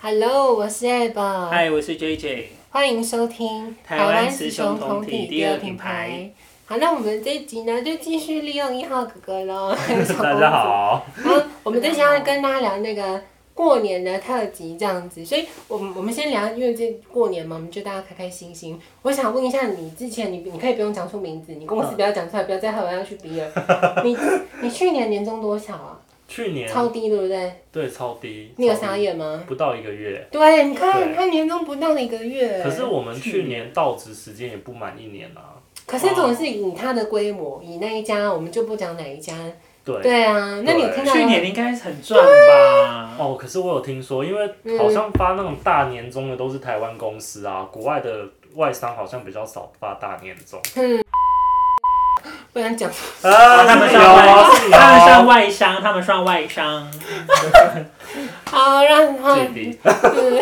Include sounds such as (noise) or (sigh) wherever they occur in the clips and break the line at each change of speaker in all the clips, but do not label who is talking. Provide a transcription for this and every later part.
Hello，我是 a b e
嗨，我是 JJ。
欢迎收听
台湾雌雄同体第二品牌。
好，那我们这一集呢，就继续利用一号哥哥
(laughs)
喽，还 (laughs) 有小公
大家
主。
好，
然后我们这期要跟大家聊那个过年的特辑这样子，所以我们我们先聊，因为这过年嘛，我们就大家开开心心。我想问一下你，之前你你可以不用讲出名字，你公司不要讲出来，不要再害我要去逼
(laughs)
了。你你去年年终多少啊？
去年
超低对不对？
对超低，
你有
超
傻眼吗？
低不到一个月。
对，你看
对
他年终不到一个月。
可是我们去年到职时间也不满一年啊。
可是总是以它的规模，以那一家，我们就不讲哪一家。
对。
对啊，那你有
对
听到吗？
去年应该很
(laughs)
赚吧？
哦，可是我有听说，因
嗯
为好像发那种大年终的都是台湾公司啊，国外的外商好像比较少发大年终。
嗯不然讲
啊
他们
是
算
有啊，
外，
是
他们算
有。
外商，他们算外商。
好，啊让他
最低，
(laughs)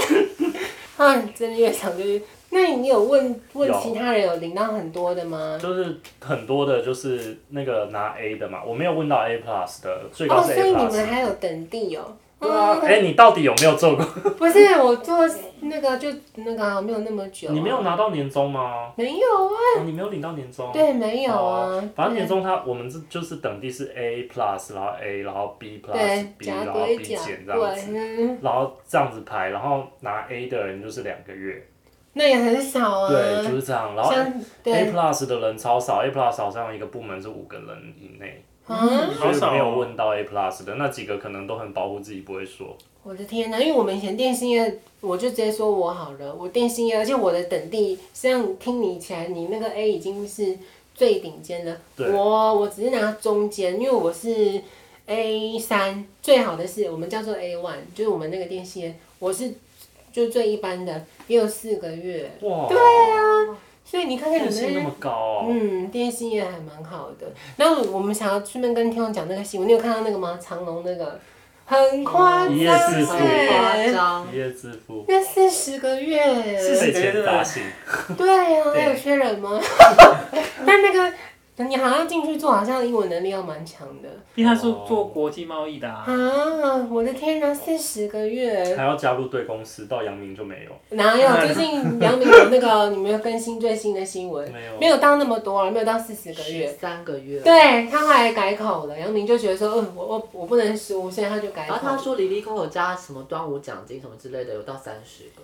啊，真的越想就是。那你有问问
有
其他人有领到很多的吗？
就是很多的，就是那个拿 A 的嘛，我没有问到 A plus 的，最
哦，
高是
所
A
以你
plus
们。还有等地哦。
对啊，
嗯
哎、你到底有没有做过？
不是我做那个就那个啊没有那么久啊。
你没有拿到年终吗？
没有啊？
哦你没有领到年终？
对，没有啊
哦。反正年终它我们是就是等第是 A plus，然后 A，然后 B
对
plus
对
B，
夹
然后
归
B
夹，
减这样
对，
子，
嗯，
然后这样子排，然后拿 A 的人就是两个月，
那也很少啊。
对，就是这样。然后
像
A
对
plus 的人超少，A plus 好像一个部门是五个人以内，
啊，
好少哦
所以没有问到 A plus 的那几个可能都很保护自己，不会说。
我的天呐，因为我们以前电信业，我就直接说我好了，我电信业，而且我的等地，这样听你起来，你那个 A 已经是最顶尖的，
对
我我只是拿中间，因为我是 A 三，最好的是我们叫做 A one，就是我们那个电信业，我是就最一般的，也有四个月，
哇，对啊，
所以你看看你
电信那
们。
么高哦，
嗯，电信业还蛮好的。然后我们想要顺便跟听众讲那个新闻，你有看到那个吗？长隆那个很夸张、欸，欸
一夜致富
夸张，
一夜致富，
那四十个月，
四十
被
个月
钱砸醒，
对呀、
对
还有缺人
(laughs)
吗？但那个你好像进去做，好像英文能力要蛮强的
因为他是做国际贸易的啊。
啊！我的天哪，四十个月
还要加入对公司，到阳明就没有，
哪
(laughs)
有？最近杨明有那个，你没有更新最新的新闻？
没有。
没有到那么多了，啊没有到四十个
十
月。
三个月。
对他后来改口了，杨明就觉得说，嗯，我我我不能输，所以他就改
然后
口。
他说里里口口加什么端午奖金什么之类的，有到三十个。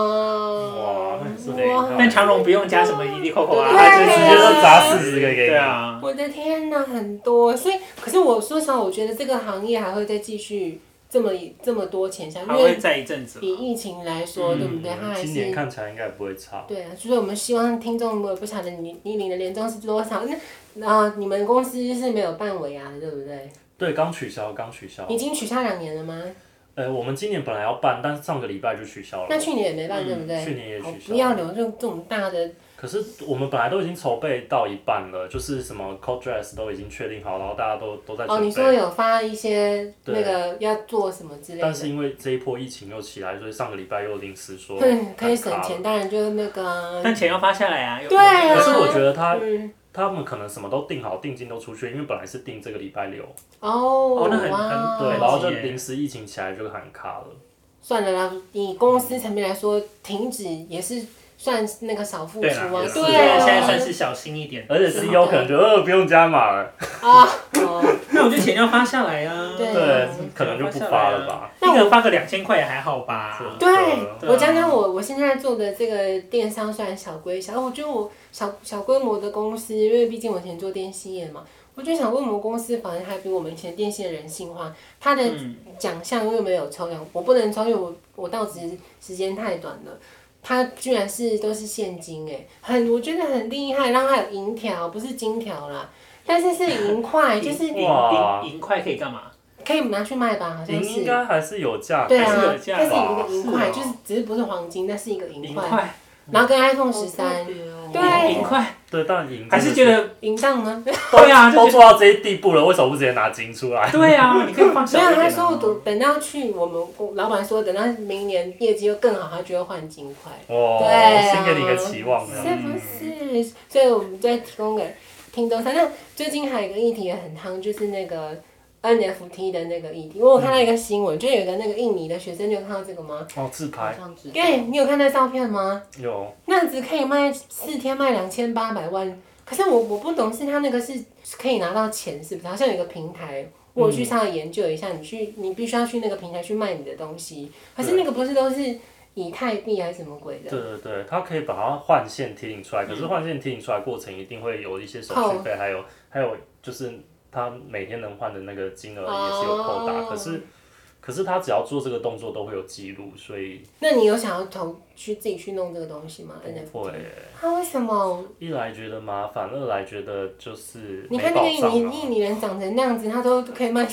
哦，
哇那是得
哇
看
但长荣不用加什么一滴扣扣啊，
对
他就直
直接
接
就
说
砸四十个给你。
对啊。
我的天呐，很多，所以可是我说实话，我觉得这个行业还会再继续这么这么多钱下去，
还
因
啊会
为
再一阵子嘛。
比疫情来说，对啊不对？它还
嗯今年
是
看起来应该不会差。
对啊，所以我们希望听众如果不晓得你你领的年终是多少， (laughs) 那那呃你们公司是没有办尾牙的，对不对？
对，刚取消，刚取消。
已经取消两年了吗？
呃，我们今年本来要办，但是上个礼拜就取消
那
了。
去年也没办，对不对？
嗯去年也
好
取消
不要留这种这种大的，
可是我们本来都已经筹备到一半了，就是什么 code dress 都已经确定好，然后大家都都在
哦，
准
你说
备。
有发一些
对
那个要做什么之类
但
的，
是因为这一波疫情又起来，所以上个礼拜又临时说
嗯， (laughs) 可以省
砍卡
钱，
了。
当然就是那个
(laughs)
啊，
但钱要发下来啊。有
对啊
可是我觉得他
嗯。
他们可能什么都定好，定金都出去，因为本来是定这个礼拜六，
哦，
哦那很
哇
很
对，
哦
然后就
了解
临时疫情起来就喊卡了。
算了啦，以公司层面来说，停止也是算是那个少付出
对啦，
啊
也，是
对啊，
现在算是小心一点。
而且 CEO 可能就呃不用加码了，
啊，
哦，
那我就钱要发下来啊。
对
对
嗯，
可能就不发了吧。
一个人发个两千块也还好吧。
是
对，
对
我讲讲我我现在做的这个电商虽然小规小，啊我觉得我小小规模的公司，因为毕竟我以前做电信业嘛，我觉得小规模公司反而还比我们以前电信业人性化，它的
嗯，
奖项因为没有抽奖，我不能抽，因为我我到职时间太短了。他居然是都是现金哎、很我觉得很厉害，然后还有银条，不是金条啦，但是是银块，
(laughs)
就是
银
哇
银银块可以干嘛？
可以拿去卖吧，好像
银应
是。
该还是有价格
对
还是
啊
有，价
它是
吧
一个银块，
是哦
就是只是不是黄金，那是一个银
银
块，
块，
然后跟 iPhone 十三
啊
对
银块，
对，但银
还是觉得
银档呢？
对啊，就
都
觉
做到这一地步了，为什么不直接拿金出来？
得 (laughs) 对啊，你可以放
没
小
有，
一点啊。
他说等等到去我们我老板说等到明年业绩又更好，他就会换金块。
(laughs) 哇，
对啊
先给你一个期望这样
是不是？所以我们在提供给听众，反正最近还有一个议题也很夯，就是那个 NFT 的那个议题。我有看到一个新闻，就有一个那个印尼的学生，你有看到这个吗？
哦，自
好
拍
像知道。
对，你有看那照片吗？
有
那只可以卖四天卖两千八百万，可是我我不懂是他那个是可以拿到钱是不是？好像有一个平台，我有去上网研究一下，你去你必须要去那个平台去卖你的东西，可是那个不是都是以太币还是什么鬼
对
的？
对对，它可以把它换线提领出
嗯
来，可是换线提领出来过程一定会有一些手续费，还有还有就是它每天能换的那个金额也是有扣打，
哦
可是可是它只要做这个动作都会有记录，所以
那你有想要投去自己去弄这个东西吗
不
？NFT？
会。
啊，为什么？
一来觉得麻烦，二来觉得就是
你
没
看那
保
个印尼
障啊。
印尼人长成那样子，他都可以卖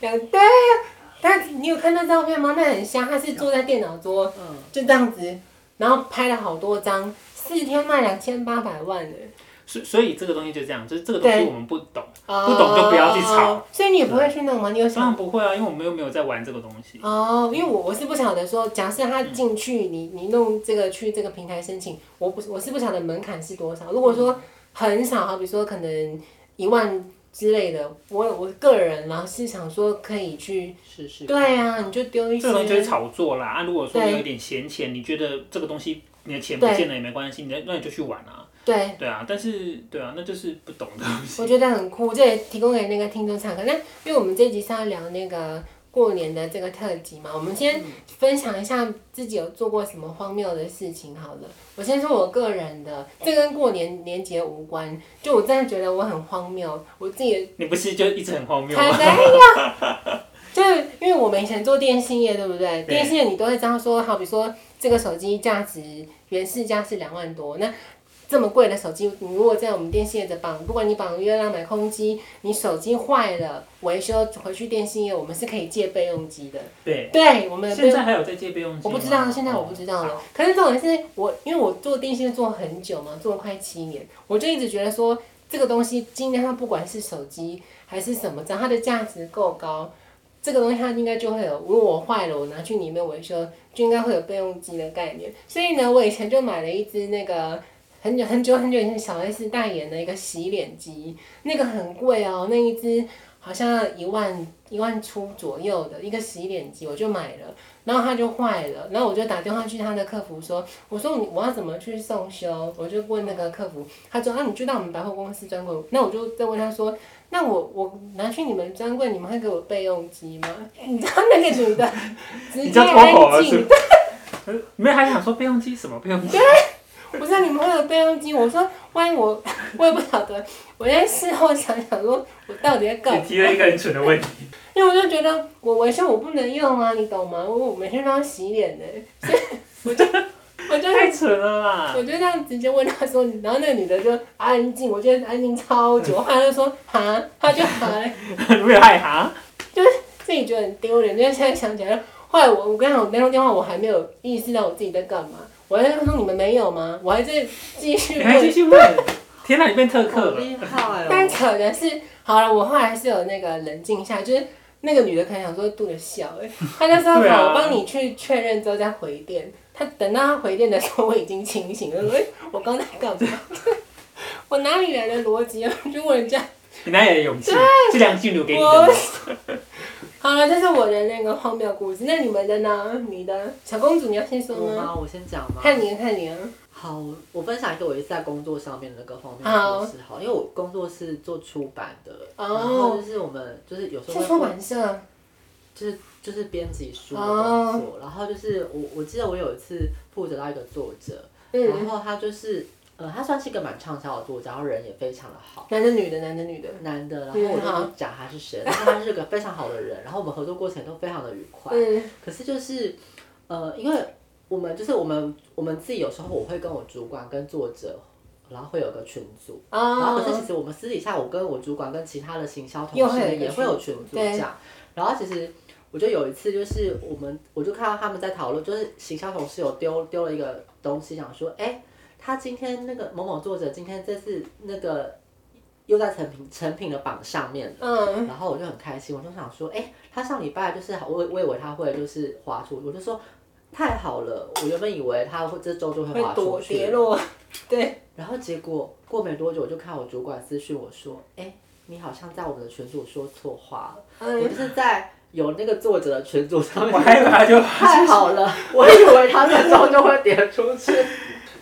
两对。啊但你有看到照片吗？那很香，他是坐在电脑桌，
嗯，
就这样子，然后拍了好多张，四天卖两千八百万的，
所所以这个东西就这样，就是这个东西
对
我们不懂，
不
懂就不要去炒
哦所以你也不会去弄吗？你有
当然
想？
不会啊，因为我们又没有在玩这个东西。
哦，因为我我是不晓得说，假设他
嗯
进去，你你弄这个去这个平台申请，我不我是不晓得门槛是多少。如果说很少，好比说可能一万之类的，我我个人然后是想说可以去，
试试。
对啊，你就丢一
嗯这个东西就
些
是，炒作啦。啊，如果说
对
你有一点闲钱，你觉得这个东西你的钱不见了也没关系，你那你就去玩啊。
对，
对啊，但是对啊，那就是不懂的东西。
我觉得很酷，这也提供给那个听众参考。那因为我们这集是要聊那个过年的这个特辑嘛，我们先分享一下自己有做过什么荒谬的事情好了。我先说我个人的，这跟过年年节无关，就我真的觉得我很荒谬，我自己的
你不是就一直很荒谬
才
吗？
没有，就是因为我们以前做电信业，对不对？
对
电信业你都会知道说，好比说这个手机价值原市价是两万多，那这么贵的手机，你如果在我们电信业的绑，不管你绑月亮买空机，你手机坏了维修回去电信业，我们是可以借备用机的。
对，
对，我们有备
现
用
在还有在借备用机
我
吗
不知道，现在
哦
我不知道了。可是这种是我，因为我做电信做很久嘛，做了快七年，我就一直觉得说这个东西，今天它不管是手机还是什么，只要它的价值够高，这个东西它应该就会有。如果我坏了，我拿去里面维修，就应该会有备用机的概念。所以呢，我以前就买了一只那个。很久很久很久以前，小 S 代言的一个洗脸机，那个很贵哦，那一只好像一万一万出左右的一个洗脸机，我就买了。然后它就坏了，然后我就打电话去他的客服说，我说你我要怎么去送修？我就问那个客服，他说啊你就到我们百货公司专柜，那我就再问他说，那我我拿去你们专柜，你们会给我备用机吗？你知道那个女的直
你
接
这样脱口
安
而
静
出，没有还想说备用机什么备用机？
我说你们会有备用机，我说万一我我也不晓得，我在事后想想说我到底在干嘛
你提了一个很蠢的问题。
因为我就觉得我纹身我不能用啊，你懂吗？我我每天都要洗脸的、所以我就我就
太蠢了啦！
我就这样直接问他说，然后那个女的就安静，我觉得安静超久，后来就说哈，她就哈嘞，
没有害哈，
自己觉得很丢脸，因为现在想起来，后来我我跟你讲，我那通电话我还没有意识到我自己在干嘛，我还在说你们没有吗？我还在继续
你还继
问，
续问？天哪，你变特
好
克了！
厉害
但
哦！
可能是好了，我后来是有那个冷静下来，就是。那个女的可能想说肚子小哎、欸，她就说
对啊
好，我帮你去确认之后再回电。她等到她回电的时候，我已经清醒了，我说欸我刚才干嘛？ (laughs) 我哪里来的逻辑啊？ (laughs) 就问人家
你哪里有勇气？是梁静茹给你的
我
吗？
(laughs) 好了，这是我的那个荒谬故事。那你们的呢？你的小公主，你要先说
我
吗？
吗？我先讲吗？
看你，看你啊！
好，我分享一个我也是在工作上面的那个方面的故事。好，因为我工作是做出版的，
哦
然后就是我们就是有时候
是
会
出版社
就是就是编辑书的工
哦
作，然后就是我我记得我有一次负责到一个作者，然
嗯，
后他就是呃他算是一个蛮畅销的作者，然后人也非常的好。
男的女的，男的女的，
男的，然后我就不讲他是谁， (laughs) 但是他是个非常好的人，然后我们合作过程都非常的愉快。
嗯
可是就是，呃，因为我们就是我们我们自己有时候我会跟我主管跟作者，然后会有个群组，然后可是
哦，
其实我们私底下我跟我主管跟其他的行销
又
同
会
事
有一
们
个
也会有群组
对
这样，然后其实。我就有一次，就是我们，我就看到他们在讨论，就是行销同事有丢丢了一个东西，想说，哎、他今天那个某某作者今天这次那个又在成品成品的榜上面，
嗯，
然后我就很开心，我就想说，哎、他上礼拜就是我我以为他会就是滑出，我就说太好了，我原本以为他会这周就会滑
会
出
躲
去， (laughs)
跌落，对，
然后结果过没多久，我就看我主管私讯我说，哎、你好像在我们的群组说错话了，我
(laughs) 嗯，
是在有那个作者的群组上
我
面。
还以为他就
(laughs) 太好了，我以为他那时候就会点出去。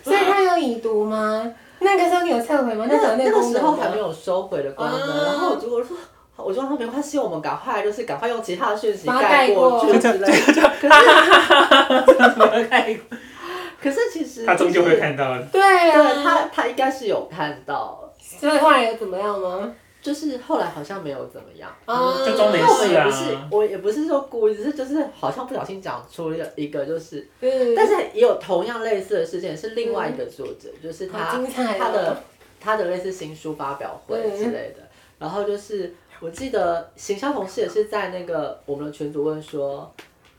所以他有已读吗？那个时候你有撤回吗？那时候
那
个
个
功
时
能
候
吗
还没有收回的功能，
啊
然后我就我说。我就说没关系，我们赶快就是赶快用其他的讯息
把它
盖
盖
过
过
去之类的。可是
太，
可是其实
他终究会，看到的。
对
对
啊，
他他应该是有看到，
所以后来有怎么样吗？
就是后来好像没有怎么样。
啊，
就中
因
没
为
美
我们
事
也
啊
不是，我也不是说故意，只是就是好像不小心讲出了一个，就是，
嗯，
但是也有同样类似的事情，是另外一个作者，就是他
好精彩哦嗯
他的他的类似新书发表会之类的。然后就是我记得行销同事也是在那个我们的群组问说，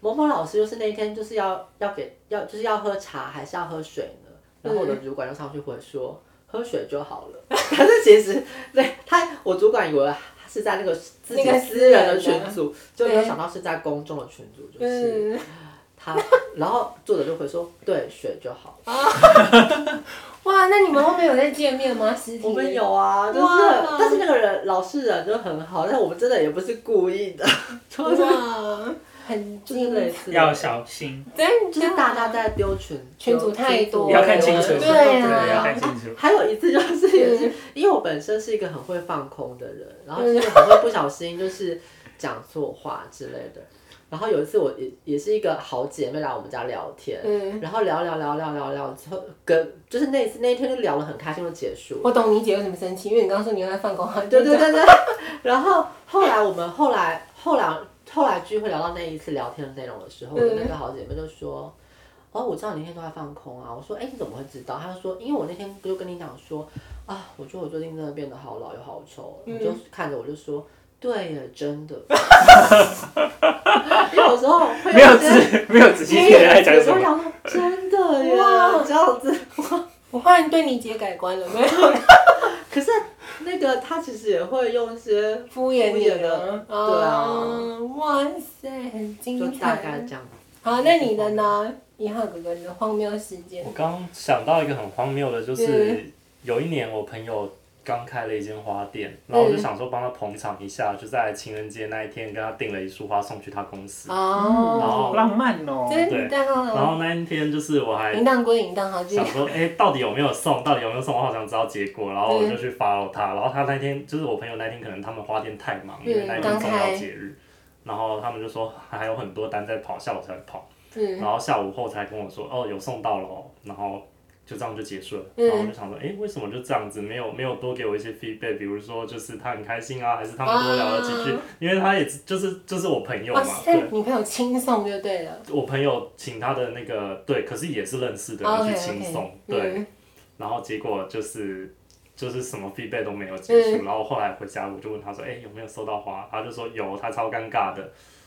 某某老师就是那一天就是要要给要就是要喝茶还是要喝水呢？
嗯
然后我的主管就上去回说。喝水就好了， (laughs) 但是其实对他，我主管以为是在那个自己
那个
私人的
私
群
人的
组，就没有想到是在公众的群组，就是
嗯，
他，然后作者就回说，对，水就好。
啊哇，那你们后面有再见面吗？实体的
我们有啊，就是
哇，
但是那个人老实人就很好，但我们真的也不是故意的，就是
哇，很
就是
精
类似的
要，小心，
真
就
的
是大家在丢群
群组太多了
要看清楚，
对啊
要
啊嗯
看。清楚。
还有一次就是也是，因为我本身是一个很会放空的人，然后就是很会不小心就是讲错话之类的。然后有一次我也也是一个好姐妹来我们家聊天，
嗯，
然后聊聊聊聊聊聊之后，跟就是那一次那一天就聊得很开心，就结束了。
我懂你姐为什么生气，因为你刚刚说你要在放啊工，
对对对对。然后后来我们后来后来后来聚会聊到那一次聊天的内容的时候，我的那个好姐妹就说：“哦，我知道你那天都在放空啊。”我说：“哎，你怎么会知道？”她就说：“因为我那天就跟你讲说啊，我觉得我最近真的变得好老又好丑。我就看着我就说。对耶，真的。因为有时候会
没有
些
啊
仔没有仔细听人家讲
有
什
时候
么，
想说真的耶
哇，
这样子。
我忽然对你姐改观了，没 (laughs) 有
可是那个他其实也会用一些
敷衍你
敷衍的
了，哦，哇塞，很
就
精
大概
彩。
这样。
好，那你的呢？一号哥哥你的荒谬事件
我，刚想到一个很荒谬的，就是有一年我朋友刚开了一间花店，然后我就想说帮他捧场一下，就在情人节那一天跟他订了一束花送去他公司。
哦，
好浪漫哦。
真的
嗯然
哦，
后那一天就是我还
淫荡归淫荡，好，继续
想说，哎、到底有没有送？到底有没有送？我好想知道结果。然后我就去 follow 他，然后他那天就是我朋友那天，可能他们花店太忙，
嗯
因为那一天
刚
重要
开
节日，然后他们就说还有很多单在跑，下午才跑，
嗯
然后下午后才跟我说，哦，有送到了、哦，然后。就这样就结束了，
嗯
然后我就想说，哎、为什么就这样子，没有没有多给我一些 feedback，比如说就是他很开心啊，还是他们多聊了几句，
啊
因为他也只就是就是我朋友
哇
嘛，对
塞，，女朋友轻松就对了。
我朋友请他的那个对，可是也是认识的人
OK
去
OK，
轻松，对，
哦嗯，
然后结果就是就是什么 feedback 都没有接
嗯
触，然后后来回家我就问他说，哎、有没有收到花？他就说有，他超尴尬的。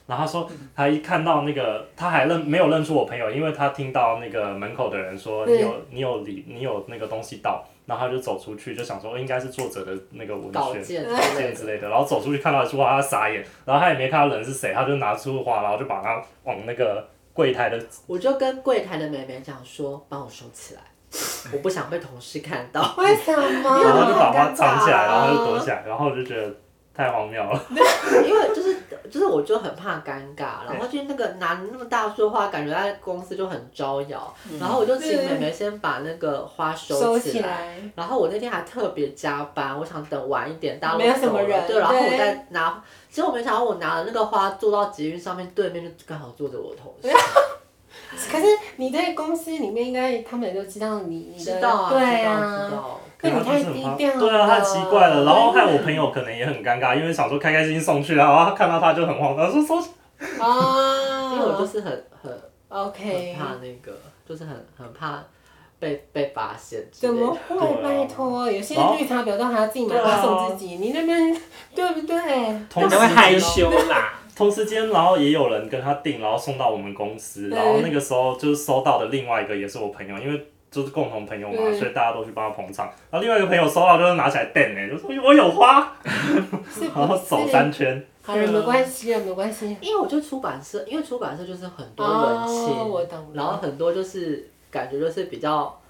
然后他说，他一看到那个，他还认没有认出我朋友，因为他听到那个门口的人说
嗯
你有你有礼你有那个东西到，然后他就走出去，就想说、哦应该是作者的那个文
稿
学
件
稿
稿
(laughs)
件之类的，然后走出去看到一束花，他傻眼，然后他也没看到人是谁，他就拿出花，然后就把它往那个柜台的
哦
我就跟柜台的妹妹讲说，帮我收起来，我不想被同事看到。
为什么？
(laughs) 然后就把花藏起来，
好尴尬啊
然后就躲起来，然后我就觉得太荒谬了。
因为就是就是我就很怕尴尬，然后就那个拿那么大束花，感觉在公司就很招摇。然后我就请妹妹先把那个花收
嗯收
起
起
来。
来。
然后我那天还特别加班，我想等晚一点，大家都
没有什
走
么
了
人
对，然后我
对
再拿。其实我没想到，我拿了那个花坐到捷运上面，对面就刚好坐着我同事。
可是你在公司里面，应该他们也都知道你的，
知道啊，
对
知道知
啊。
道。
那你
然后就
太
是很
低
怕
调了，
对啊，太奇怪了。然后害我朋友可能也很尴尬，因为想说开开心心送去，啊然后他看到他就很慌，他说说
啊，
因为我就是很很
OK，
很怕那个，就是很很怕被被发现之
怎
类
么
的。
会？
对啊
拜托，有些
然后
绿茶婊都还要自己买花送自己，你那边对不对？
同时
他会害
间，
羞啦，
同时间，然后也有人跟他订，然后送到我们公司，
对
然后那个时候就是收到的另外一个也是我朋友，因为。就是共同朋友嘛，
嗯
所以大家都去帮他捧场。然后另外一个朋友收到就是拿起来瞪哎、就说我有花，
是
然
不
后手
是？
三圈。
好了，没关系了，没关系。
因为我觉得出版社，因为出版社就是很多文
哦，
青，
我懂了。
然后很多就是感觉就是比较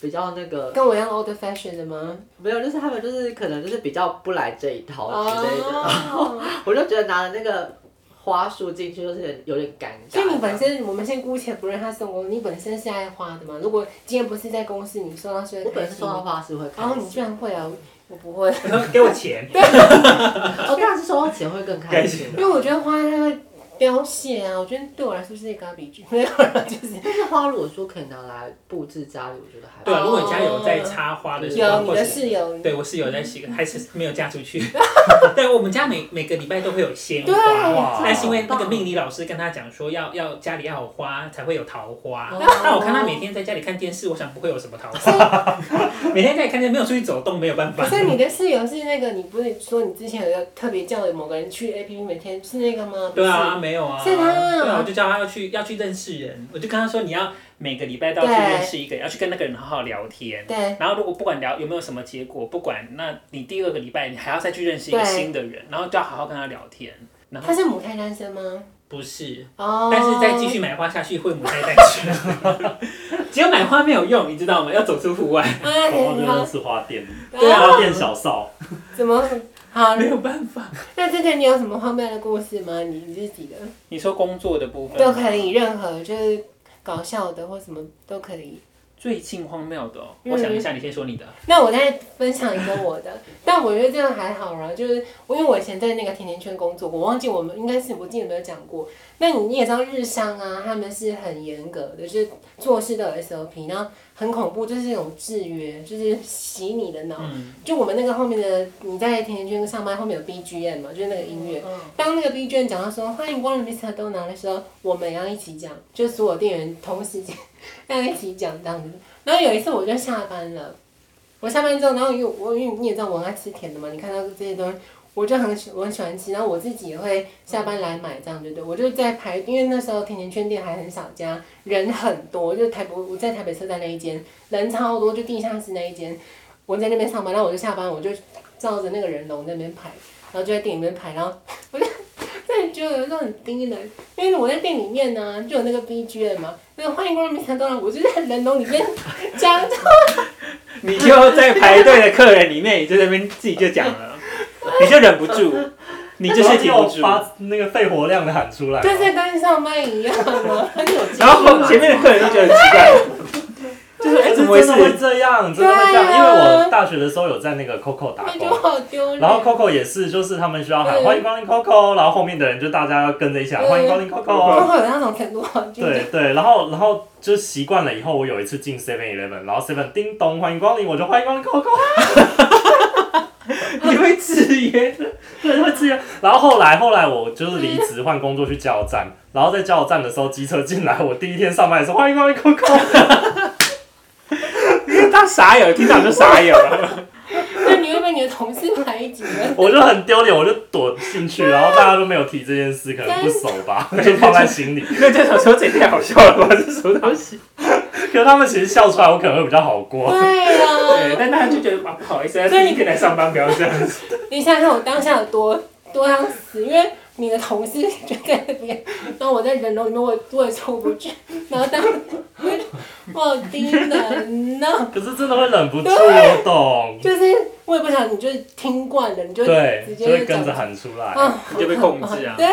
比较那个，
跟我一样 old fashion 的吗？
没有，就是他们就是可能就是比较不来这一套之类的。
哦，
(laughs) 我就觉得拿了那个花束进去，就是有点尴尬。
所以你本身，我们先姑且不论他送工，你本身是爱花的嘛？如果今天不是在公司，你收到是
我
会
本
开
身
心
收
吗。
到花是啊会开
哦，你
心，
居然会啊！我不会，
(laughs) 给我钱，
啊
哦，当然是收到钱会更开心
开心
因为我觉得花它会凋谢啊。我觉得对我来说是一个 garbage，没 (laughs) 有啦就是
但是花如果说可以拿来布置家里，我觉得还
对啊，
哦
如果你家有在插花的时
有
候，
你
啊或
的
者
室友，
对我室友在洗，还是没有嫁
(laughs)
出去。但我们家每每个礼拜都会有鲜花，
哇
但是因为 (laughs) 那个命理老师跟他讲说要要家里要有花才会有桃花。
哦
那我看他每天在家里看电视，我想不会有什么桃花。 (laughs) 每天在家里看电视，没有出去走动，没有办法。
所以你的室友是那个，你不是说你之前有一个特别叫某个人去 A P P 每天是那个吗？
对啊，，没有啊。
是他
对啊，我就叫他要去要去认识人，我就跟他说你要每个礼拜都要去
对
认识一个人，要去跟那个人好好聊天。
对
然后如果不管聊有没有什么结果，不管那你第二个礼拜你还要再去认识一个
对
新的人，然后就要好好跟他聊天。然后
他是母胎单身吗？
不是，
哦，
但是再继续买花下去会母胎单身， (laughs) 只有买花没有用，你知道吗？要走出户
(laughs)
外，
哎，
我真的
哦
好，
是花店，
对啊
花店小少。
怎么好？
没有办法。
那之前你有什么荒谬的故事吗？你你自己的
你说工作的部分
都可以，任何就是搞笑的或什么都可以。
最近荒谬的、哦，
嗯
我想一下，你先说你的。
那我再分享一个我的， (laughs) 但我觉得这样还好啦，就是我因为我以前在那个甜甜圈工作过，我忘记我们应该是我记得有没有讲过。那你你也知道日商啊，他们是很严格的，就是做事都有 SOP，然后很恐怖，就是一种制约，就是洗你的脑。
嗯，
就我们那个后面的，你在甜甜圈上班，后面有 BGM 嘛，就是那个音乐。当那个 BGM 讲到说欢迎光临 Mr. Dona 的时候，我们也要一起讲，就所有店员同时间要一起讲这样子。然后有一次我就下班了，我下班之后，然后因为我因为你也知道我很爱吃甜的嘛，你看到这些东西，我就很喜我很喜欢吃，然后我自己也会下班来买这样，对不对？我就在排，因为那时候甜甜圈店还很少家，人很多，就是台北我在台北车站那一间人超多，就地下室那一间，我在那边上班，然后我就下班，我就照着那个人龙那边排，然后就在店里面排，然后我就。那你觉得有时候很低能，因为我在店里面呢、就有那个 BGM 嘛，那个欢迎光临米餐当然我就在人龙里面讲
你就在排队的客人里面，你就在那边自己就讲了，你就忍不住，你就是
你
停不
有 (laughs)
住。
把那个肺活量的喊出来吗。
跟在跟上班一
(laughs)
样嘛。
很有
然后前面的客人就觉得很奇怪，就是哎、
哎
怎
真
么回
的会
事？
这样？真的会这样？
啊对
因
啊
为我大学的时候有在那个 Coco 打
那就
工，
好丢脸。
然后 Coco 也是，就是他们需要喊
嗯
欢迎光临 Coco，然后后面的人就大家要跟着一起喊
嗯
欢迎光临 Coco。
Coco 有那种程度好就
对对，然后然后就习惯了。以后我有一次进 Seven Eleven，然后 Seven 叮咚欢迎光临，我就欢迎光临 Coco， (laughs)
你会制约的，
对，会这样。然后后来后来我就是离职换工作去加油站，然后在加油站的时候机车进来，我第一天上班的时候欢迎光临 Coco， (laughs)
他傻眼，听到就傻眼了。 (laughs)
那你会被你的同事排挤的。
(laughs) 我就很丢脸，我就躲进去，
啊
然后大家都没有提这件事，可能不熟吧，就放在心里。
那就想说这也太好笑了吧，这什么东西？
(laughs) 可是他们其实笑出来，我可能会比较好过。
对
对，
呀、
但大家就觉得啊，不好意思，
所以
第
你
一天来上班不要这样子。
你想想看我当下有多多想死，因为你的同事就在那边，然后我在人龙里面，我我也出不去，然后当 (laughs) 我好低能啊呢，
可是真的会忍不住，我懂。
就是我也不想，你就是听惯了，你就
对
直，
就
接
会
就
跟
讲
着喊出来。
啊，
你就被控制啊
对。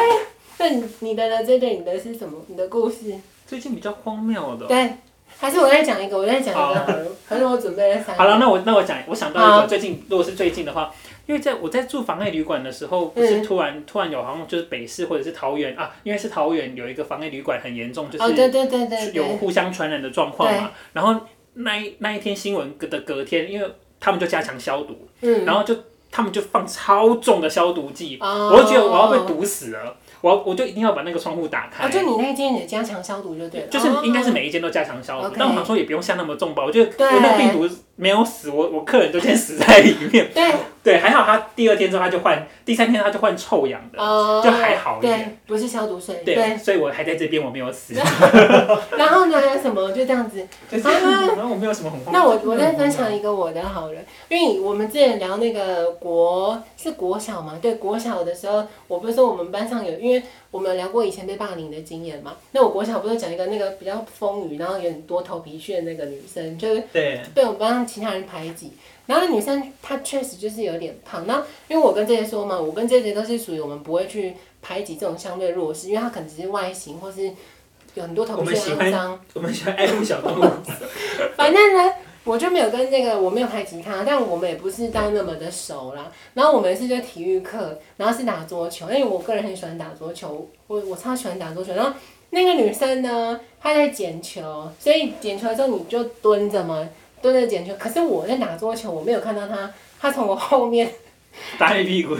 那你你的呢？这对你的是什么？你的故事？
最近比较荒谬的哦。
对，还是我再讲一个，我再讲一个
好
好了。还是我准备了三个。
好了，那我那我讲，我想到一
好
个最近，如果是最近的话，因为在我在住防疫旅馆的时候，不
嗯
是突然、突然有好像就是北市或者是桃园啊，因为是桃园有一个防疫旅馆很严重，就是、
哦，对对对对对，
有互相传染的状况嘛。然后那一那一天新闻的隔天，因为他们就加强消毒，
嗯，
然后就他们就放超重的消毒剂，
哦
我就觉得我要被毒死了，我要我就一定要把那个窗户打开。
哦，就你那间也加强消毒就对了，
就是应该是
哦
每一间都加强消毒，
OK
但我想说也不用下那么重吧。我觉得
对
我那个病毒没有死，我我客人就先死在里面。
哦
(laughs)
对，
对，还好他第二天之后他就换，第三天他就换臭氧的，
哦
就还好一点。
对，不是消毒水，
对，
对。
所以我还在这边，我没有
(laughs)
死，
然后呢，还有什么就这样子。
就是这样然后我没有什么很
啊
慌。
那我
真的
我
没有
再
很
分
慌
享一个我的好了，因为我们之前聊那个国是国小嘛，对国小的时候，我不是说我们班上有，因为我们有聊过以前被霸凌的经验嘛。那我国小不是讲一个那个比较风雨，然后有很多头皮屑的那个女生，就是
对，
被我们班上其他人排挤。然后那女生她确实就是有点胖，那因为我跟这些说嘛，我跟这些都是属于我们不会去排挤这种相对弱势，因为她可能只是外形或是有很多头皮屑
我们
肮
喜
脏。
我们喜欢爱护小动
(laughs)
物，
反正呢，我就没有跟这个，我没有排挤他，但我们也不是到那么的熟啦。然后我们是就体育课，然后是打桌球，因为我个人很喜欢打桌球，我我超喜欢打桌球。然后那个女生呢，她在捡球，所以捡球之后你就蹲着嘛，蹲着捡球。可是我在打桌球，我没有看到她，她从我后面。
打你
(laughs)
屁股。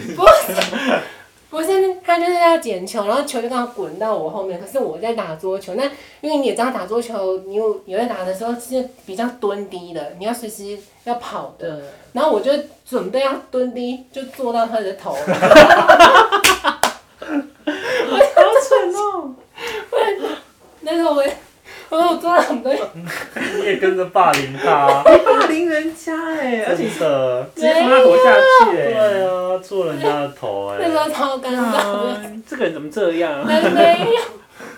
不是，他就是要捡球，然后球就刚好滚到我后面。可是我在打桌球，那因为你也知道打桌球，你有你在打的时候是比较蹲低的，你要随时要跑的。
对，
然后我就准备要蹲低，就坐到他的头。好蠢哦！那时候我也，我我做了很多，
你也跟着霸凌他，
霸凌人家哎、而且
真的。
直接从他活下去哎、
对啊，坐人家的头哎、
那时候超尴尬的。
啊， (laughs) 这个人怎么这样？
没没有，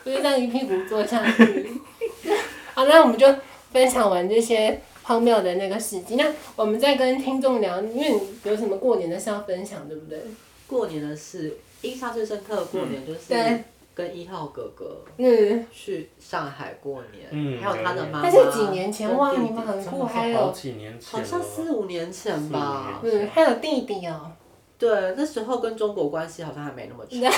我就这样一屁股坐下去。 (laughs) 好，那我们就分享完这些荒谬的那个事迹，那我们再跟听众聊，因为你有什么过年的事要分享，对不对？
过年的事，印象最深刻的过年就是
对
跟一号哥哥
嗯，
去上海过年，
嗯
还有他的妈妈。
但是几年前哇，
跟
你
弟弟
们很
真
酷，啊
的
还
是好
有
几年前
好
了，
像四五年前吧
四五。年
嗯，还有弟弟哦。
对，那时候跟中国关系好像还没那么差，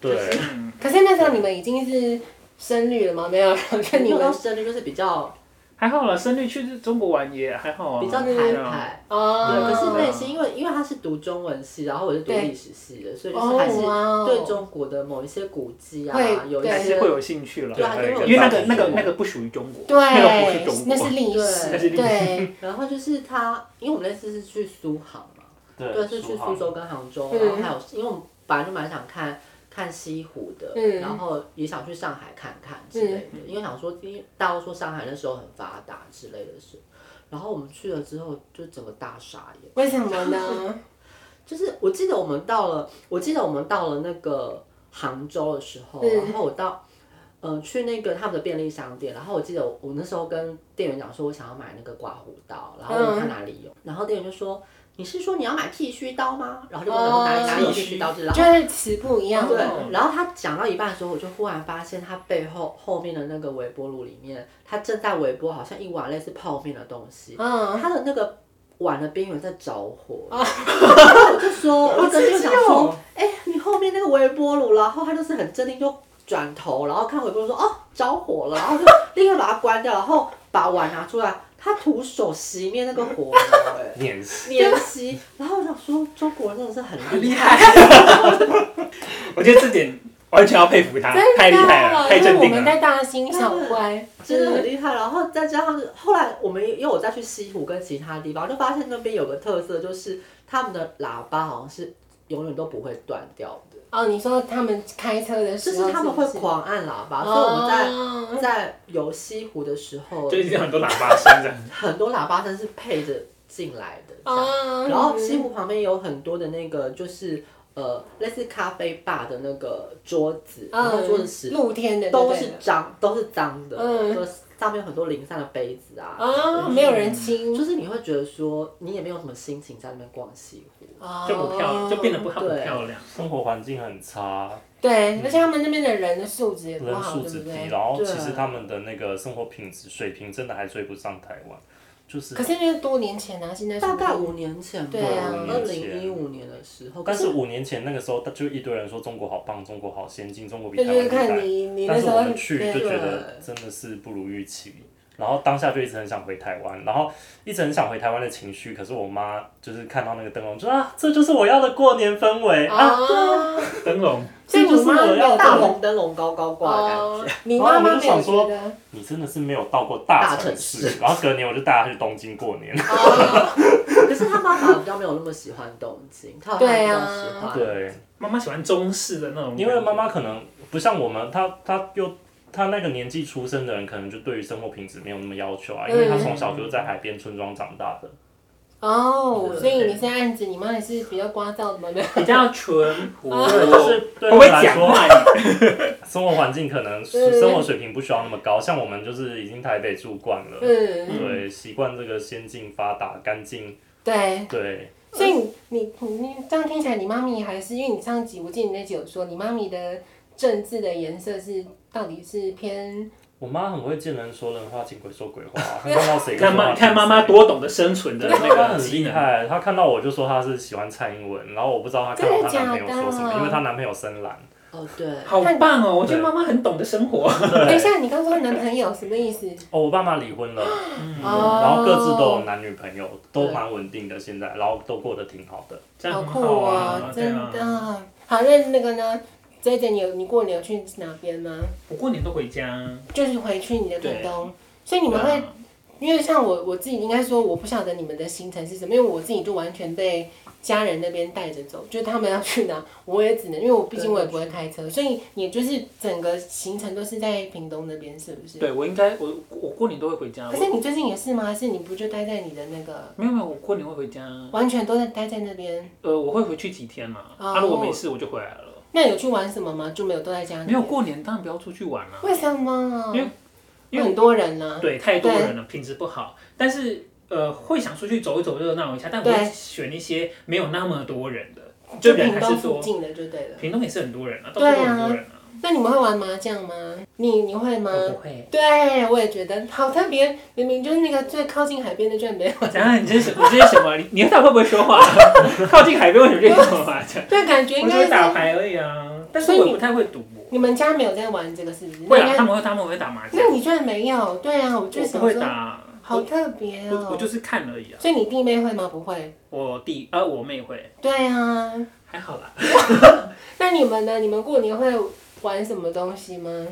对，
嗯，
可是那时候你们已经是深绿了吗？没有， (laughs) 就
没
你
有到
们
深圳就是比较
还好啦，深绿去中国玩也还好啊。
比较
对
台
啊
派。对，
哦，
可是
那
那也是因为因为他是读中文系，然后我是读
对
历史系的，所以就是
哦
还是
哇哦，
对中国的某一些古迹啊
会，
有一
对
还
些
是会有兴趣了
对，啊，
对
因为那个
对
那个那个不属于中国，
对
那个不是中国，
那是历史，
那
是历史
对，
然后就是他，因为我们那次是去苏杭嘛，对，
对，
是
苏
去苏
杭
州跟杭州，
嗯
然后还有，因为我们本来就蛮想看看西湖的，
嗯
然后也想去上海看看之类的，因为想说，因为大家都说上海那时候很发达之类的事，然后我们去了之后就整个大傻眼，
为什么呢？
就是我记得我们到了，我记得我们到了那个杭州的时候，
嗯
然后我到。呃，去那个他们的便利商店，然后我记得我我那时候跟店员讲说，我想要买那个刮胡刀，然后问他哪里有，然后店员就说你是说你要买剃须刀吗？然后就问我哪里哪里有剃须刀，就是然后
就是词不一样
对
哦，
然后他讲到一半的时候，我就忽然发现他背后后面的那个微波炉里面，他正在微波好像一碗类似泡面的东西，
嗯。
他的那个碗的边缘在着火，然后我就说，我就跟店员讲 (laughs) 说，哎、你后面那个微波炉，然后他就是很镇定，就转头，然后看微波炉说，哦，着火了，然后就立刻把它关掉，然后把碗拿出来，他徒手熄灭那个火苗、 (laughs) 哎。
练习。
练习，然后我想说，中国人真的是很厉
厉
害，
害。我觉得这点完全要佩服他，
真的
啊
啊
太厉害了，太
因为
镇
我
定
们
了。
在大惊小怪，
(laughs) 真的很厉害。然后再加上是后来我们因为我再去西湖跟其他地方，就发现那边有个特色，就是他们的喇叭好像是永远都不会断掉的，
哦，你说他们开车的时
就
候
是他们会
是不是
狂按喇叭，所以我们在。
哦，
在游西湖的时候，
就一直有很多喇叭声这样，
很多喇叭声是配着进来的，这样
哦
然后西湖旁边有很多的那个就是呃类似咖啡吧的那个桌子，
嗯
然后桌子石
露天的
都是脏，都是脏的，
嗯
就是上面有很多零散的杯子啊，
啊，哦没有人清
就是你会觉得说你也没有什么心情在那边逛西湖，
哦
就不漂亮，就变得不好不
对
漂亮。
生活环境很差，
对，而且他们那边的人的素质也不
人
好，
素
对
质
不
低，
对？
然后
对
其实他们的那个生活品质水平真的还追不上台湾，就是
可。是那是多年前啊，现在
大概五年前吧，
对啊
二零一五年的时候，
但
可
是五年前那个时候，就一堆人说中国好棒，中国好先进，中国比
就
台湾
是
厉害
看。你你那
但是
时
我
候啊
们去就
对
觉得真的是不如预期，然后当下就一直很想回台湾，然后一直很想回台湾的情绪，可是我妈就是看到那个灯笼，就说啊，这就是我要的过年氛围啊，
哦，
灯笼，
所以
这就
你
是
妈
我
没有
要
大
的。
红灯笼高高挂的感觉。
哦，你妈妈没有觉得，
你真的是没有到过大城
大城
然后隔年我就带她去东京过
(laughs)
年。
哦，
可是他妈妈比较没有那么喜欢东京，他好
啊
像比较喜欢。
对，
妈妈喜欢中式的那种感觉，
因为妈妈可能不像我们，她她又她那个年纪出生的人，可能就对于生活品质没有那么要求啊，因为她从小就是在海边村庄长大的。
哦，所以你现在案子，你妈也是比较聒噪
(laughs)
的嘛？对，
比较淳朴， (laughs)
对，就是对
不
我
会
来
讲
说，
话，
生活环境可能
嗯
是生活水平不需要那么高，像我们就是已经台北住惯了，
嗯，
对，习惯这个先进、发达、干净，
对。
对，
所以你你你你这样听起来，你妈咪还是因为你上集我记得你那集有说，你妈咪的政治的颜色是到底是偏
我妈很会见人说人话，见鬼说鬼话，啊看到谁
看
(laughs)
妈
妈
看妈妈多懂得生存的那
她 (laughs)
个
很
技
厉
能，
害，她看到我就说她是喜欢蔡英文，然后我不知道她看到她男朋友说什
真的假
么，
的
因为她男朋友深蓝，
哦，对，
好棒哦！我觉得妈妈很懂得生活，
等一
对，
下，你刚说她男朋友什么意
(laughs)
思？
哦，我爸妈离婚了，
嗯
哦
然后各自都有男女朋友，都
对
蛮稳定的现在，然后都过得挺好的。
这样
好
很
酷
好
哦
啊，，对
真
啊。
的。好，那那个呢？J J，你有你过年有去哪边吗？
我过年都回家，
就是回去你的屏
对
东，所以你们会
对啊
因为像我我自己应该说，我不晓得你们的行程是什么，因为我自己就完全被家人那边带着走，就是他们要去哪，我也只能，因为我毕竟我也不会开车，所以你就是整个行程都是在屏东那边，是不是？。
对我应该我我过年都会回家，
可
我
是你最近也是吗？还是你不就待在你的那个，
没有没有，我过年会回家，
完全都在待在那边？
呃，我会回去几天嘛，
哦
啊，如果没事我就回来了。
那有去玩什么吗？就没有都在家里面？
没有过年当然不要出去玩了，
为什么？啊
因为因为
很多人啊呢、
对，太多人了，品质不好。但是呃，会想出去走一走热闹一下，但我
对
会选一些没有那么多人的，就人
屏
还
东
是
附
多。
近的就对了。
屏东也是很多人啊，到处
对啊
都很多人啊。
那你们会玩麻将吗？你你会吗？
我不会。
对，我也觉得好特别，明明就是那个最靠近海边的，居然没
(laughs)
有，
等一下你这是什你这是什么？你你到底会不会说话？靠近海边为什么这种麻将？
对，感觉应
我只
该
会打
是
牌而已啊，但是
所以
我也
你
不太会赌博。
你们家没有在玩这个，是不是？
会
那
啊，
应
他
该
们会他们会打麻将，
那你居然没有？对啊，我就
我不
想
会
说，
打，
好
我
特别
我我
哦。
就是看而已啊。
所以你弟妹会吗？不会。
我弟啊，我妹会，
对啊，
还好啦。
那你们呢？你们过年会玩什么东西吗？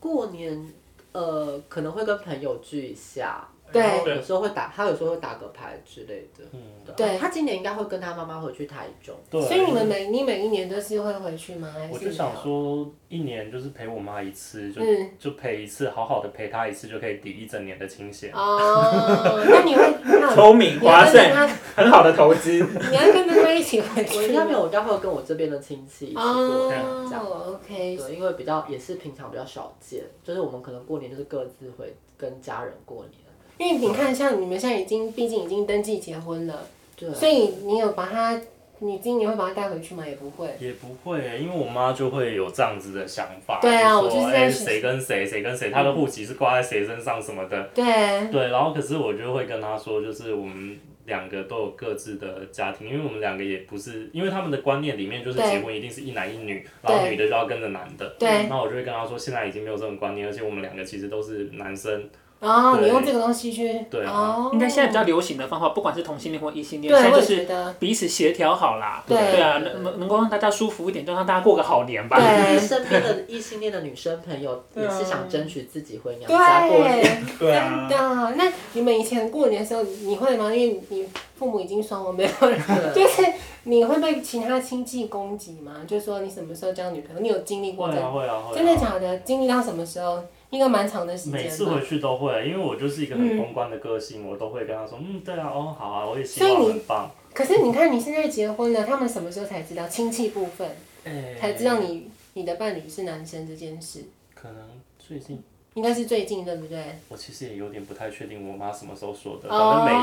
过年呃可能会跟朋友聚一下，
对
然后有时候会打，他有时候会打个牌之类的。啊
嗯，
对
他今年应该会跟他妈妈回去台中。
对。
所以你们每你每一年都是会回去吗？还是
我就想说，一年就是陪我妈一次，就、
哦嗯
就陪一次，好好的陪她一次，就可以抵一整年的清闲。
哦，那你会
(laughs)
那
聪明
你要
划
跟着
算，
他，
很好的投资。
你要跟着他一起回
我
去哦
应该
吗。
没有，我应该会跟我这边的亲戚一起过年这样。
哦，OK，
对，因为比较也是平常比较少见，就是我们可能过年就是各自会跟家人过年。
因为你看，像你们现在已经，毕竟已经登记结婚了，
对，啊
所以你有把他，你今年会把他带回去吗？也不会。
也不会，因为我妈就会有这样子的想法，
对啊我
就
就是
说
在
哎谁跟谁，谁跟谁，她的户籍是挂在谁身上什么的。
对，
对，然后可是我就会跟她说，就是我们两个都有各自的家庭，因为我们两个也不是，因为他们的观念里面就是
对
结婚一定是一男一女，然后
对
女的就要跟着男的。
对，
那我就会跟她说，现在已经没有这种观念，而且我们两个其实都是男生，
然后你
对
用这个东西去，
对啊
哦，
应该现在比较流行的方法，不管是同性恋或异性恋，现
对，
在
我
就
也
是
觉得，
彼此协调好啦。
对
啊，能能能够让大家舒服一点，就让大家过个好年吧。
对嗯
自己身边的异性恋的女生朋友也是想争取自己回娘家过
对
年。，
对啊
真的。那你们以前过年的时候，你会吗？因为你父母已经双亡，没有人，
对，
就是你会被其他亲戚攻击吗？就说你什么时候交女朋友？你有经历过
会
这
啊会啊会啊。
真的假的？经历到什么时候？应该蛮长的时间吧。嗯
每次回去都会，因为我就是一个很公关的个性，我都会跟他说，嗯，对啊，哦，好啊，我也希
所以
望
你
很棒。
可是你看，你现在结婚了，他们什么时候才知道亲戚部分
哎
才知道你你的伴侣是男生这件事？
可能最近
应该是最近对不对？
我其实也有点不太确定我妈什么时候说的，
哦
反正每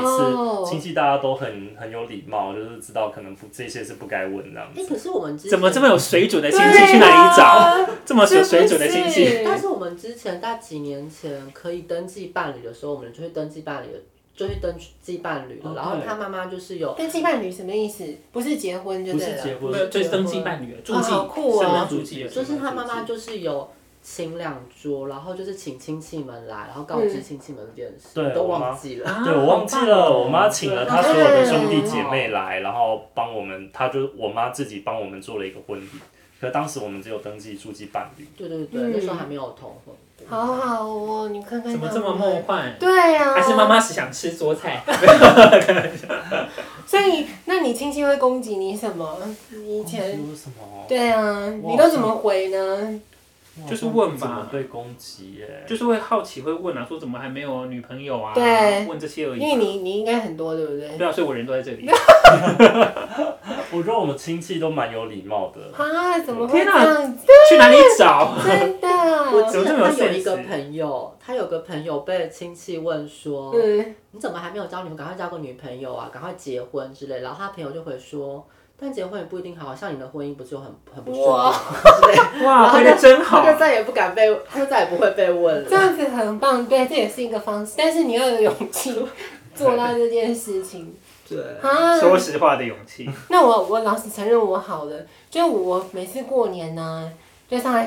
一次亲戚大家都很很有礼貌，就是知道可能不这些是不该问这样
哎，
子。
可是我们之前
怎么这么有水准的亲戚？去哪里找？
对啊？
这么水
是不
水
是
准的亲戚？
但是我们之前大几年前可以登记伴侣的时候，我们就去登记伴侣，就去登记伴侣了。
哦
然后
对
他妈妈就是有，
登记伴侣什么意思？不是结婚就
不
对
是
了。
结婚
没有，就是登记伴侣、住
哦
记、
好酷哦
身份住记了。
就是他妈妈就是有请两桌，然后就是请亲戚们来，然后告知
嗯
亲戚们这件事，
对
都
我妈
忘记了。
啊
对，我忘记了，我妈请了她所有的兄弟姐妹
嗯
来，然后帮我们，她就我妈自己帮我们做了一个婚礼。可当时我们只有登记住记伴侣，
对对对，
嗯
那时候还没有同婚。
好好哦，你看看
怎么
他
这么
们
梦幻？
对啊呀、
还是妈妈是想吃桌菜？
所以，那你亲戚会攻击你什么？你以前
嗯
为什么？哦
对啊，
我
你都怎么回呢？
就是问吧
我好像不怎么被攻击耶？
就是会好奇会问啊，说怎么还没有女朋友啊？
对
问这些而
因为
已。
你你应该很多，对不对？
对啊，所以我人都在
(laughs)
这里。
我觉得我们亲戚都蛮有礼貌的。
啊，怎么会
天
这
哪
样子？
去哪里找？
真
(laughs)
的？
我记
怎么这么有
得呃他有一
sense？
个朋友，他有个朋友被亲戚问说，
嗯，
你怎么还没有交女朋友？赶快交个女朋友啊，赶快结婚之类。然后他朋友就回说，但结婚也不一定好，像你的婚姻不是就很很不顺利吗之类的。 (laughs)
哇，回的真好
他。就再也不敢被，他就再也不会被问
这
了。
样子很棒，对，这也是一个方式，但是你要有勇气做到这件事情
对，
啊。
说实话的勇气，
那我我老实承认我好了，就我每次过年呢、就上来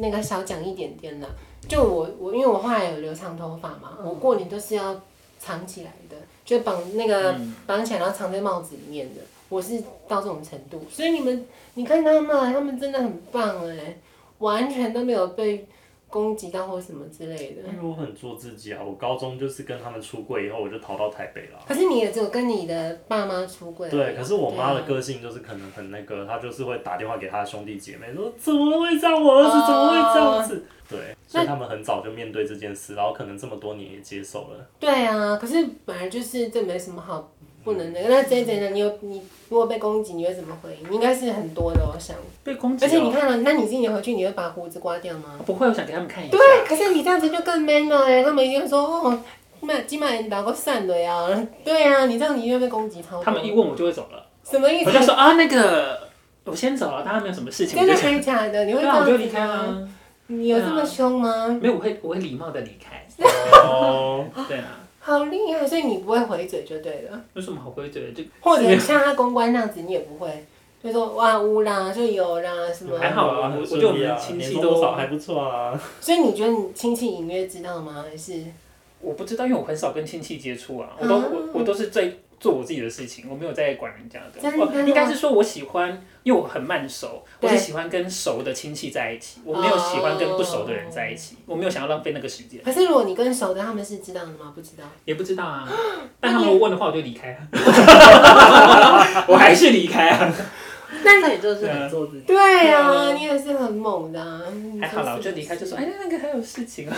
那个少讲一点点了。就我我因为我后来有留长头发嘛，我过年都是要藏起来的，就绑那个
嗯
绑起来，然后藏在帽子里面的。我是到这种程度，所以你们你看他们，他们真的很棒哎、完全都没有被攻击到或什么之类的。
因为我很做自己啊，我高中就是跟他们出柜以后，我就逃到台北了。
可是你也只有跟你的爸妈出轨，
对，可是我妈的
对啊
个性就是可能很那个，她就是会打电话给她的兄弟姐妹说怎么会这样，我儿子怎么会这样子？对，所以他们很早就面对这件事，然后可能这么多年也接受了。
对啊，可是本来就是这没什么好不能的。那 J J 呢？你有你如果被攻击，你会怎么回应？你应该是很多的，我想。
被攻击
而
了。
且你看了、啊那你今年回去你会把胡子刮掉吗？
不会，我想给他们看一下。
对，可是你这样子就更 man 了哎、他们一定会说哦，那今晚你打过散的呀。对啊，你这样你就被攻击超多。
他们一问我就会走了，
什么意
我就
思？
说啊，那个我先走了，大家没有什么事情，
真
我
的
就想
还假的？你会这
对啊，
样
我
子
就
吗
离开了。
你有这么凶吗？
没有，我会我会礼貌的离开。
(laughs) (laughs) 哦，
对啊，
好厉害，所以你不会回嘴就对了。
有什么好规矩的？就
或者像他公关那样子，你也不会，就说哇呜啦，就有啦什么。
还好啊
很
我
顺
我觉得我
利啊
们亲戚
年终
都
多少还不错啊。
所以你觉得你亲戚隐约知道吗？还是
我不知道，因为我很少跟亲戚接触啊，我都我我都是在做我自己的事情，我没有在管人家的。
真的
我应该是说，我喜欢，因为我很慢熟，我
对
是喜欢跟熟的亲戚在一起，我没有喜欢跟不熟的人在一起，我没有想要浪费那个时间，
可是如果你跟熟的他们是知道的吗？不知道。
也不知道 (gasps) 啊。但他们问的话，我就离开啊， (laughs) 我还是离开啊。
那那你就是很做自己。
对
啊
啊，你也是很猛的、啊。你
还好啦，我
真是
就离开，就说哎，那个还有事情啊。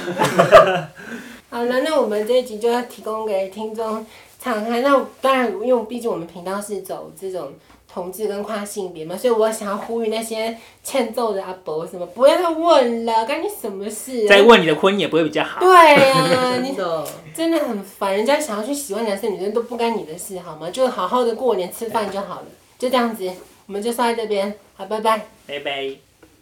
好了，那我们这一集就要提供给听众敞开。那当然，因为毕竟我们频道是走这种同志跟跨性别嘛，所以我想要呼吁那些欠揍的阿伯什么，不要再问了，干你什么事、
再
啊？
问你的婚姻也不会比较好。
对啊，你
真的，
真的很烦，人家想要去喜欢男生女生都不干你的事，好吗？就好好的过年吃饭就好了，就这样子，我们就说到这边，好，拜拜。
拜拜。